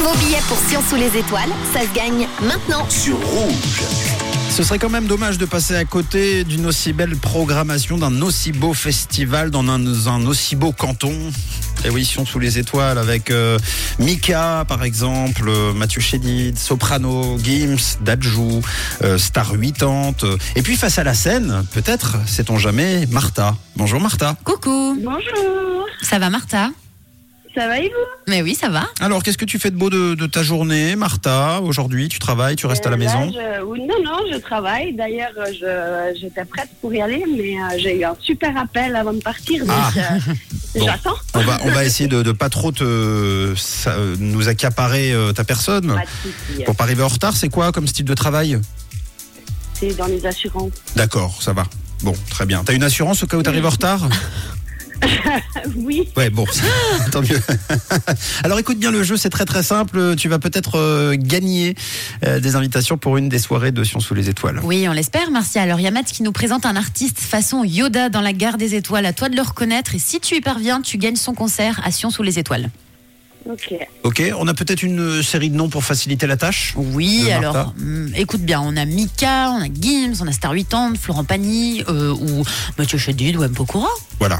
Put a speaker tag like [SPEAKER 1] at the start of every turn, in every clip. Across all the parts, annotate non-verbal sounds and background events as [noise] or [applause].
[SPEAKER 1] vos billets pour Science sous les étoiles, ça se gagne maintenant.
[SPEAKER 2] sur Rouge.
[SPEAKER 3] Ce serait quand même dommage de passer à côté d'une aussi belle programmation, d'un aussi beau festival, dans un, un aussi beau canton. Et oui, Sion sous les étoiles avec euh, Mika par exemple, euh, Mathieu Chédid, Soprano, Gims, Dajou, euh, Star 80. euh, Et puis face à la scène, peut-être, sait-on jamais, Martha. Bonjour Martha.
[SPEAKER 4] Coucou,
[SPEAKER 5] Bonjour,
[SPEAKER 4] ça va Martha
[SPEAKER 5] ça va et vous
[SPEAKER 4] Mais oui, ça va.
[SPEAKER 3] Alors qu'est-ce que tu fais de beau de, de ta journée Martha Aujourd'hui tu travailles, tu restes à la
[SPEAKER 5] Euh, là,
[SPEAKER 3] maison
[SPEAKER 5] je- oui, Non, non, je travaille. D'ailleurs, euh, je- j'étais prête pour y aller, mais euh, j'ai eu un super appel avant de partir, donc
[SPEAKER 3] Ah.
[SPEAKER 5] euh,
[SPEAKER 3] [laughs] Bon.
[SPEAKER 5] j'attends.
[SPEAKER 3] On va, on va essayer de, de pas trop te, ça, euh, nous accaparer euh, ta personne.
[SPEAKER 5] Pas de souci, euh,
[SPEAKER 3] Pour pas arriver en retard, c'est quoi comme style de travail
[SPEAKER 5] C'est dans les assurances. [laughs]
[SPEAKER 3] D'accord, ça va. Bon, très bien. T'as une assurance au cas où t'arrives en retard
[SPEAKER 5] Oui,
[SPEAKER 3] Ouais, bon, [laughs] tant mieux. Alors écoute bien le jeu, c'est très très simple. Tu vas peut-être euh, gagner euh, des invitations pour une des soirées de Science sous les étoiles.
[SPEAKER 4] Oui, on l'espère, Martial. Alors, il y a Matt qui nous présente un artiste façon Yoda dans la gare des étoiles. À toi de le reconnaître. Et si tu y parviens, tu gagnes son concert à Sion sous les étoiles.
[SPEAKER 5] ok.
[SPEAKER 3] Ok, on a peut-être une euh, série de noms pour faciliter la tâche
[SPEAKER 4] Oui,
[SPEAKER 3] De Martha.
[SPEAKER 4] alors, hum, écoute bien, on a Mika, on a Gims, on a Star 80, Florent Pagny, euh, ou Mathieu Chedid ou M. Pokora.
[SPEAKER 3] Voilà.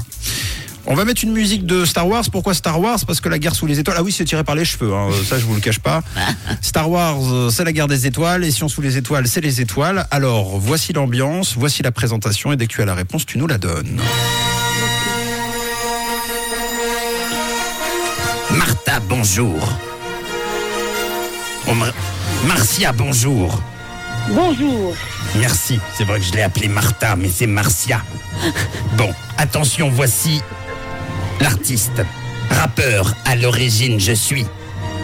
[SPEAKER 3] On va mettre une musique de Star Wars. Pourquoi Star Wars Parce que la guerre sous les étoiles. Ah oui, c'est tiré par les cheveux. hein. Ça, je vous le cache
[SPEAKER 2] [laughs]
[SPEAKER 3] pas. Star Wars, euh, c'est la guerre des étoiles. Et si on sous les étoiles, c'est les étoiles. Alors, voici l'ambiance, voici la présentation. Et dès que tu as la réponse, tu nous la donnes.
[SPEAKER 2] Martha, bonjour. On m'a- Marcia, bonjour.
[SPEAKER 5] Bonjour.
[SPEAKER 2] Merci. C'est vrai que je l'ai appelée Martha, mais c'est Marcia. Bon, attention, voici l'artiste. Rappeur à l'origine, je suis.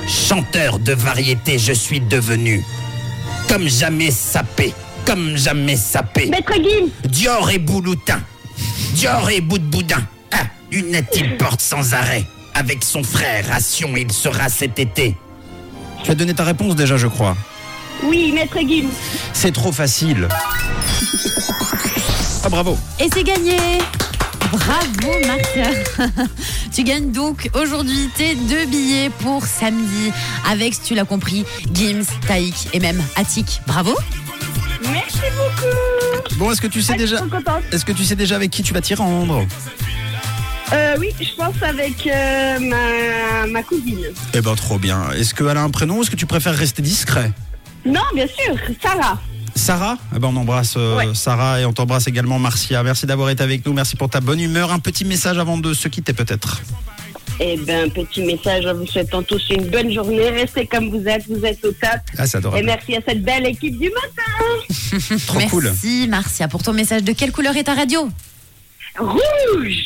[SPEAKER 2] Chanteur de variété, je suis devenu. Comme jamais sapé. Comme jamais sapé.
[SPEAKER 5] Maître Guim,
[SPEAKER 2] Dior et Bouloutin. Dior et bout de boudin. Ah, lunettes il porte sans arrêt. Avec son frère, à Sion, il sera cet été.
[SPEAKER 3] Tu as donné ta réponse déjà, je crois.
[SPEAKER 5] oui, Maître Guim.
[SPEAKER 3] C'est trop facile. Ah, bravo.
[SPEAKER 4] Et c'est gagné Bravo Max [laughs] Tu gagnes donc aujourd'hui tes deux billets pour samedi avec, si tu l'as compris, Gims, Taïk et même Attic. Bravo
[SPEAKER 5] Merci beaucoup.
[SPEAKER 3] Bon, est-ce que tu sais
[SPEAKER 5] Ah, Je suis
[SPEAKER 3] déjà.
[SPEAKER 5] trop contente.
[SPEAKER 3] Est-ce que tu sais déjà avec qui tu vas t'y rendre
[SPEAKER 5] Euh, oui, je pense avec euh, ma, ma cousine.
[SPEAKER 3] Eh ben, trop bien. Est-ce qu'elle a un prénom ou est-ce que tu préfères rester discret
[SPEAKER 5] Non, bien sûr, Sarah.
[SPEAKER 3] Sarah, eh ben on embrasse euh,
[SPEAKER 5] Ouais.
[SPEAKER 3] Sarah et on t'embrasse également Marcia. Merci d'avoir été avec nous, merci pour ta bonne humeur. Un petit message avant de se quitter peut-être.
[SPEAKER 5] Eh ben, petit message en vous souhaitant tous une bonne journée. Restez comme vous êtes, vous êtes au top.
[SPEAKER 3] Ah, c'est
[SPEAKER 5] Et
[SPEAKER 3] adorable.
[SPEAKER 5] merci à cette belle équipe du matin.
[SPEAKER 3] Trop
[SPEAKER 4] Merci
[SPEAKER 3] cool.
[SPEAKER 4] Marcia pour ton message. De quelle couleur est ta radio
[SPEAKER 5] Rouge